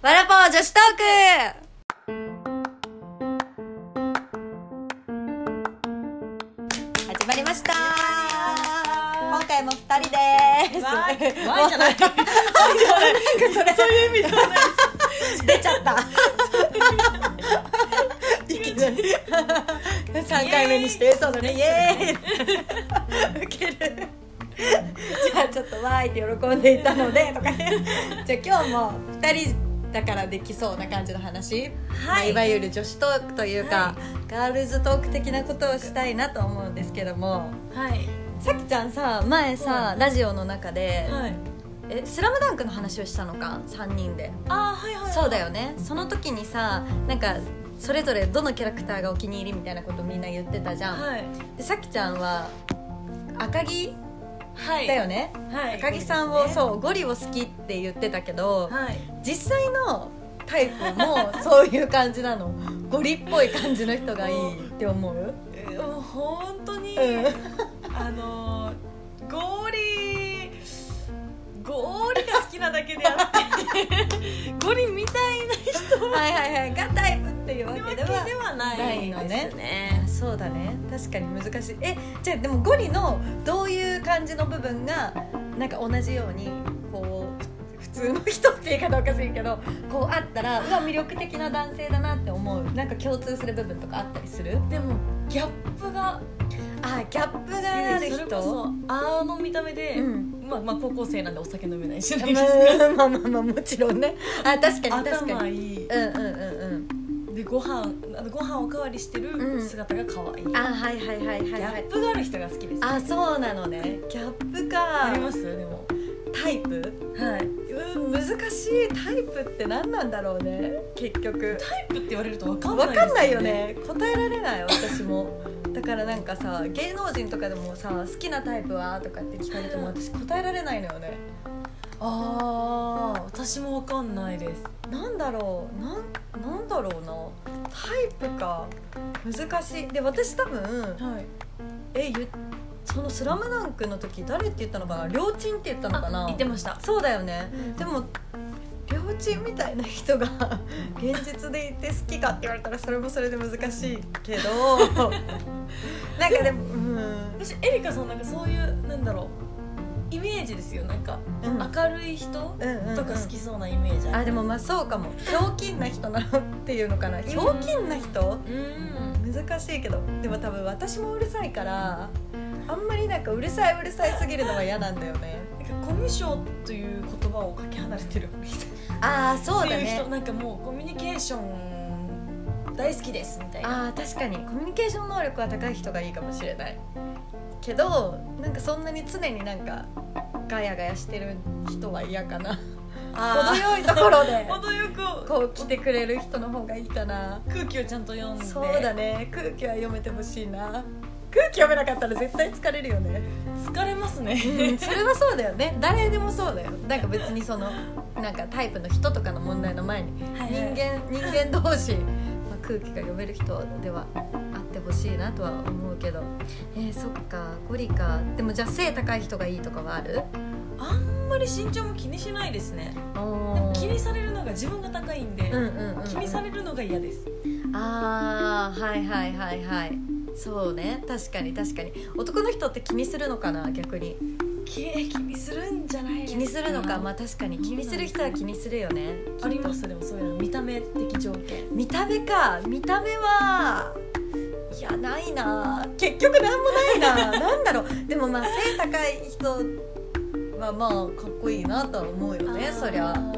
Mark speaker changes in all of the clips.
Speaker 1: わらぽー女子トーク始まりました今回も二人です
Speaker 2: わーいわーいじゃない
Speaker 1: それ
Speaker 2: そういう意味じゃない
Speaker 1: 出ちゃったいきなり3回目にしてそうだねイエーイウケるじゃあちょっとわーいって喜んでいたのでとかねじゃあ今日も2人だからできそうな感じの話、まあいわゆる女子トークというか、
Speaker 2: は
Speaker 1: ガールズトーク的なことをしたいなと思うんですけども
Speaker 2: はい
Speaker 1: さきちゃんさ前さ、ラジオの中で「
Speaker 2: はい
Speaker 1: えスラムダンクの話をしたのか3人で。
Speaker 2: あーはいはいはい
Speaker 1: そうだよねその時にさなんかそれぞれどのキャラクターがお気に入りみたいなことみんな言ってたじゃん、
Speaker 2: はい
Speaker 1: でさきちゃんは赤木
Speaker 2: はい
Speaker 1: だよね、
Speaker 2: はい
Speaker 1: 赤木さんを、
Speaker 2: う
Speaker 1: そうゴリを好きって言ってたけど、
Speaker 2: はい
Speaker 1: 実際のタイプもそういう感じな のゴリっぽい感じの人がいいって思う、
Speaker 2: えーもう本当に、
Speaker 1: う
Speaker 2: あのー、ゴーリーゴーリが好きなだけであって ゴリみたいな人
Speaker 1: ん、はいはいはいがタイプっていうわけでは
Speaker 2: ではない
Speaker 1: ないの
Speaker 2: です
Speaker 1: ねそうだね確かに難しいえじゃあでもゴリのどういう感じの部分がなんか同じようにこうふ普通の人って言い方おかしいけどこうあったらうわ魅力的な男性だなって思うなんか共通する部分とかあったりする
Speaker 2: でもギャップが
Speaker 1: あギャップがある
Speaker 2: それ
Speaker 1: 人
Speaker 2: こそあの見た目で、
Speaker 1: うん
Speaker 2: まあまあ高校生なんでお酒飲めないし
Speaker 1: まあまあまあまあもちろんね あ確かに確か
Speaker 2: 頭
Speaker 1: に
Speaker 2: いい
Speaker 1: うんうんうん
Speaker 2: でご飯あのご飯おかわりして
Speaker 1: うん
Speaker 2: る姿が可愛い、
Speaker 1: うんあはいはいはいはい
Speaker 2: ギャ
Speaker 1: はい
Speaker 2: ップがある人が好きです
Speaker 1: あそうなのねギャップか
Speaker 2: ありますでも
Speaker 1: タイプ
Speaker 2: はい
Speaker 1: うん難しいタイプって何なんだろうね結局
Speaker 2: タイプって言われると分かん
Speaker 1: 分
Speaker 2: ない
Speaker 1: かんないよね答えられない私もだからなんかさ芸能人とかでもさ好きなタイプはとかって聞かれても私答えられないのよね
Speaker 2: ああ私も分かんないです
Speaker 1: なんだろうなんなんだろうなタイプか難しいで私多分
Speaker 2: はい
Speaker 1: えゆその「スラムダンクの時誰って言ったのかなりょうちんって言ったのか
Speaker 2: あ
Speaker 1: な
Speaker 2: 言ってました
Speaker 1: そうだよね、
Speaker 2: うん
Speaker 1: でも両親みたいな人が 現実でいて好きかって言われたらそれもそれで難しいけど なんかでもうん、
Speaker 2: 私エリカさんなんかそういうなんだろうイメージですよなんか
Speaker 1: うん
Speaker 2: 明るい人
Speaker 1: うんうんうん
Speaker 2: とか好きそうなイメージ
Speaker 1: あ
Speaker 2: ある
Speaker 1: でもまあそうかもひょうきんな人なのっていうのかなひょうきんな人
Speaker 2: うん
Speaker 1: 難しいけどでも多分私もうるさいからあんまりなんかうるさいうるさいすぎるのは嫌なんだよね
Speaker 2: なんかコミュ障という言葉をかけ離れてる人
Speaker 1: ああそ
Speaker 2: っ
Speaker 1: う
Speaker 2: て
Speaker 1: だ
Speaker 2: いう
Speaker 1: ね
Speaker 2: 人なんかもうコミュニケーション大好きですみたいな
Speaker 1: あー確かにコミュニケーション能力は高い人がいいかもしれないけどなんかそんなに常になんかガヤガヤしてる人は嫌かな程
Speaker 2: あ
Speaker 1: よいところ
Speaker 2: ー
Speaker 1: で
Speaker 2: 程よく
Speaker 1: こう来てくれる人の方がいいかな
Speaker 2: 空気をちゃんと読んで
Speaker 1: そうだね空気は読めてほしいな空気読めなかったら絶対疲れるよね、
Speaker 2: 疲れますね、
Speaker 1: それはそうだよね誰でもそうだよなんか別にそのなんかタイプの人とかの問題の前に
Speaker 2: はい
Speaker 1: 人間人間同士、まあ、空気が読める人ではあってほしいなとは思うけどえー、そっかゴリかでもじゃあ背高い人がいいとかはある
Speaker 2: あんまり身長も気にしないですねでも気にされるのが自分が高いんで、
Speaker 1: うんうんうん、
Speaker 2: 気にされるのが嫌です
Speaker 1: あーはいはいはいはいそうね確かに確かに男の人って気にするのかな逆に
Speaker 2: 気気にするんじゃないです
Speaker 1: 気
Speaker 2: か
Speaker 1: にするのかまあ確かに
Speaker 2: そう
Speaker 1: 気
Speaker 2: なん
Speaker 1: に
Speaker 2: です
Speaker 1: する人は気にするよね
Speaker 2: ありますでもそういうの見た目的条件
Speaker 1: 見た目か見た目はいやないな結局なんもない ななんだろうでもまあ背高い人はまあかっこいいなとは思うよねそりゃなん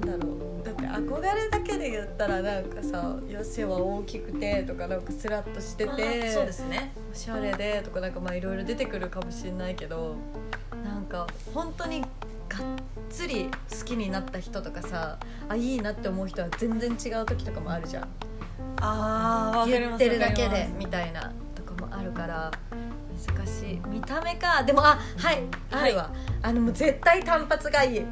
Speaker 1: だろうだって憧れだけで言ったらなんかさ「よせは大きくて」とかなんかスラッとしてて
Speaker 2: そうですね
Speaker 1: おしゃれでとかなんかまあいろいろ出てくるかもしれないけどなんか本当にがっつり好きになった人とかさあいいなって思う人は全然違う時とかもあるじゃん
Speaker 2: ああ
Speaker 1: 言ってるだけでみたいなとかもあるから難しい見た目かでもあはいあるわ、あのもう絶対単発がいい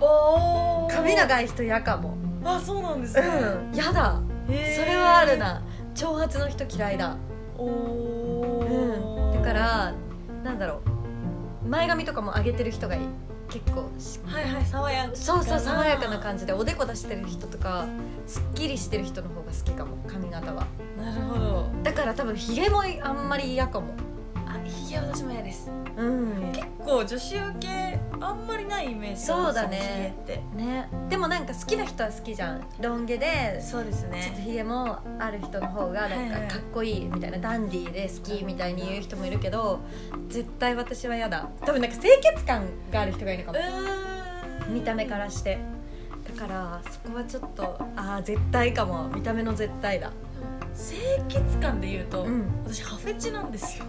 Speaker 2: おお
Speaker 1: 髪長い人嫌かも
Speaker 2: あそうなんです
Speaker 1: う
Speaker 2: ね、
Speaker 1: ん嫌だ
Speaker 2: へー
Speaker 1: それはあるな長髪の人嫌いだ
Speaker 2: お
Speaker 1: うん
Speaker 2: お、
Speaker 1: だからなんだろう前髪とかも上げてる人がいい結構し
Speaker 2: はいはい爽やかな
Speaker 1: そうそう爽やかな感じでおでこ出してる人とかすっきりしてる人の方が好きかも髪型は
Speaker 2: なるほど
Speaker 1: だから多分ひげもあんまり嫌かも
Speaker 2: あひげは私も嫌です
Speaker 1: うん
Speaker 2: 結構女子受けあんまりないイメージ
Speaker 1: そうだね
Speaker 2: ひげっ
Speaker 1: ねでもなんか好きな人は好きじゃんロン毛で
Speaker 2: てそうです
Speaker 1: ちょっとひげもある人の方がなん
Speaker 2: はいはい
Speaker 1: かかっこいいみたいなダンディーで好きみたいに言う人もいるけど絶対私は嫌だ多分なんか清潔感がある人がいるか
Speaker 2: う
Speaker 1: も
Speaker 2: ーん
Speaker 1: 見た目からしてだからそこはちょっとああ絶対かも見た目の絶対だ
Speaker 2: 清潔感で言うと、
Speaker 1: うん
Speaker 2: 私ハフェチなんですよ、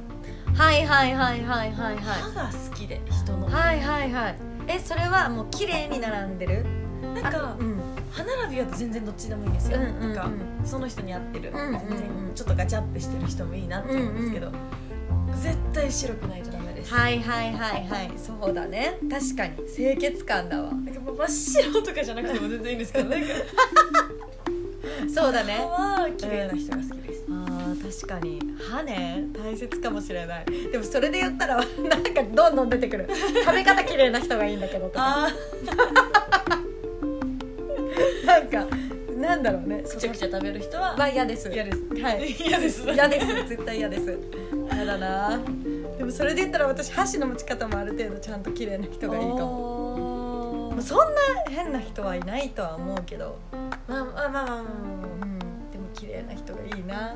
Speaker 1: はいはいはいはいはいはい
Speaker 2: 歯が好きで人の、
Speaker 1: はいはいはいえそれはもう綺麗に並んでる
Speaker 2: なんか
Speaker 1: うん
Speaker 2: 歯並びは全然どっちでもいいんですよ、
Speaker 1: うんうんうん
Speaker 2: なんかその人に合ってる、
Speaker 1: うんうんうん
Speaker 2: 全然ちょっとガチャってしてる人もいいなって思うんですけど、絶対白くないとダメです、
Speaker 1: はいはいはいはいそうだね確かに清潔感だわ
Speaker 2: なんかもう真っ白とかじゃなくても全然いいんですけどなん か
Speaker 1: そうだ
Speaker 2: 歯
Speaker 1: ね
Speaker 2: は綺麗な人が好きです、
Speaker 1: あー確かに歯ね大切かもしれないでもそれで言ったら なんかどんどん出てくる食べ方綺麗な人がいいんだけどとか
Speaker 2: ああ
Speaker 1: なんかなんだろうね
Speaker 2: くちゃくちゃ食べる人は
Speaker 1: は嫌です
Speaker 2: 嫌です
Speaker 1: はい
Speaker 2: 嫌です
Speaker 1: 嫌です絶対嫌です嫌だなでもそれで言ったら私箸の持ち方もある程度ちゃんと綺麗な人がいいかも
Speaker 2: も
Speaker 1: まあそんな変な人はいないとは思うけど、
Speaker 2: まあまあまあまあまあま
Speaker 1: ん、でも綺麗な人がいいな
Speaker 2: あ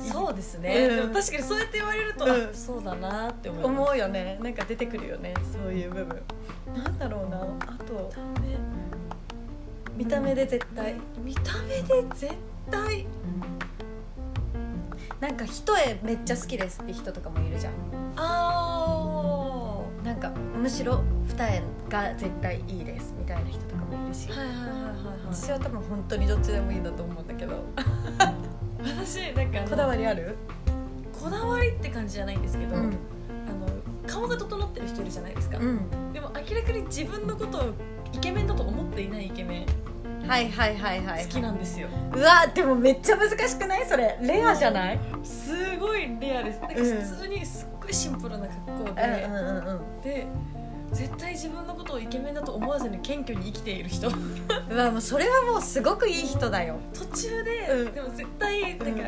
Speaker 2: そうですね、
Speaker 1: うん
Speaker 2: でも確かにそうやって言われると、
Speaker 1: うん
Speaker 2: あそうだなって思います
Speaker 1: 思うよねなんか出てくるよねそういう部分なんだろうなあと見た目で絶対
Speaker 2: 見た目で絶対
Speaker 1: なんか一重めっちゃ好きですって人とかもいるじゃん
Speaker 2: あー
Speaker 1: なんかむしろ二重が絶対いいですみたいな人とかもいるし
Speaker 2: はいはいはいはいはい
Speaker 1: 私は多分本当にどっちでもいいんだと思うんだけど
Speaker 2: 私なんかあの
Speaker 1: こだわりある
Speaker 2: こだわりって感じじゃないんですけど、
Speaker 1: うん
Speaker 2: あの顔が整ってる人いるじゃないですか、
Speaker 1: うん
Speaker 2: でも明らかに自分のことをイケメンだと思っていないイケメン
Speaker 1: はいはいはいはい、はい、
Speaker 2: 好きなんですよ、
Speaker 1: うわでもめっちゃ難しくないそれレアじゃない
Speaker 2: すごいレアですなんか
Speaker 1: うん
Speaker 2: 普通にすっごいシンプルな格好
Speaker 1: うん
Speaker 2: で、
Speaker 1: うんうんうん
Speaker 2: で絶対自分のことをイケメンだと思わずに謙虚に生きている人
Speaker 1: うわもうそれはもうすごくいい人だよ
Speaker 2: 途中で、
Speaker 1: うん
Speaker 2: でも絶対なんか、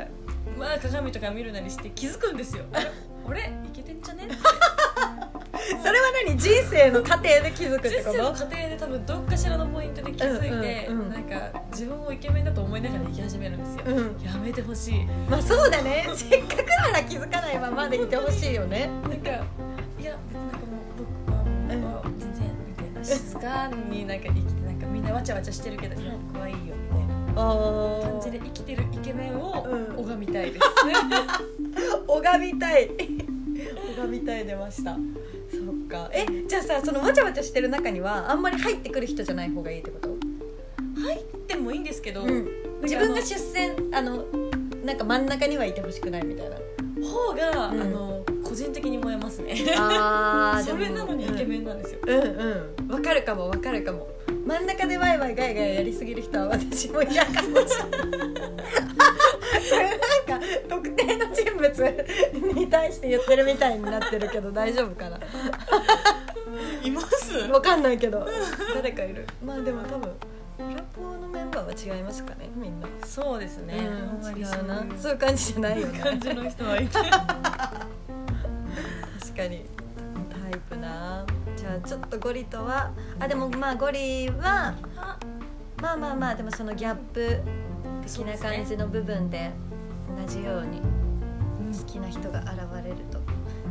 Speaker 2: まあ鏡とか見るなりして気づくんですよあれ俺イケてんじ ゃねっ て
Speaker 1: それは何人生の過程で気づくって
Speaker 2: 人
Speaker 1: こ
Speaker 2: 生の
Speaker 1: と
Speaker 2: 過程で多分どっかしらのポイントで気づいて、
Speaker 1: うんうんうん
Speaker 2: なんか自分をイケメンだと思いながら生き始めるんですよ、
Speaker 1: うん
Speaker 2: やめてほしい
Speaker 1: まあそうだね せっかくなら気づかないままでいてほしいよね
Speaker 2: なんかいや別になんかもう僕は全然みたいな静かになんか生きてなんかみんなわちゃわちゃしてるけどいや怖いよみたいな
Speaker 1: あ
Speaker 2: 感じで生きてるイケメンを
Speaker 1: うん
Speaker 2: 拝みたいですね、
Speaker 1: 拝みたい 拝みたい出ましたそっかえじゃあさそのわちゃわちゃしてる中にはあんまり入ってくる人じゃない方がいいってこと、
Speaker 2: でもいいんですけど、
Speaker 1: 自分が出戦あのなんか真ん中にはいてほしくないみたいな
Speaker 2: 方が、
Speaker 1: うん
Speaker 2: あの個人的に燃えますね
Speaker 1: あ
Speaker 2: それなのにイケメンなんですよ、
Speaker 1: うんうんわかるかもわかるかも真ん中でワイワイガイガイやりすぎる人は私も嫌かもしれないこれなんか特定の人物に対して言ってるみたいになってるけど大丈夫かない
Speaker 2: ます
Speaker 1: わかんないけど誰かいるまあでも多分プラポーのメンバーは違いますかねみんな
Speaker 2: そうですね、あんま
Speaker 1: 違
Speaker 2: り
Speaker 1: うな
Speaker 2: そ
Speaker 1: そうういう感じじゃないよ
Speaker 2: いう
Speaker 1: ね
Speaker 2: 感じの人はいて
Speaker 1: 確かにタイプなじゃあちょっとゴリとはあでもまあゴリはまあまあまあでもそのギャップ的な感じの部分で同じように好きな人が現れると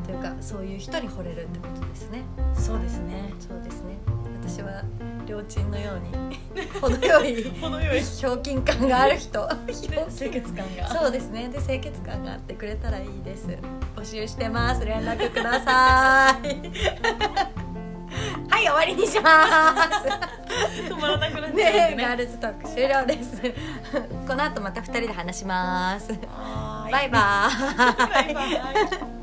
Speaker 1: というかそういう人に惚れるってことですね
Speaker 2: そうですね
Speaker 1: そうですね私は両親のように 程よい
Speaker 2: 程よい
Speaker 1: ひょうきん感がある 人
Speaker 2: 清潔感が
Speaker 1: そうですねで清潔感があってくれたらいいです募集してます連絡くださいはい終わりにし ます
Speaker 2: 止まらなくなっちゃ
Speaker 1: ね
Speaker 2: うんで
Speaker 1: ガー
Speaker 2: ね
Speaker 1: ルズトーク終了ですこの後また二人で話します
Speaker 2: はーい
Speaker 1: バイバーイ
Speaker 2: バイバイ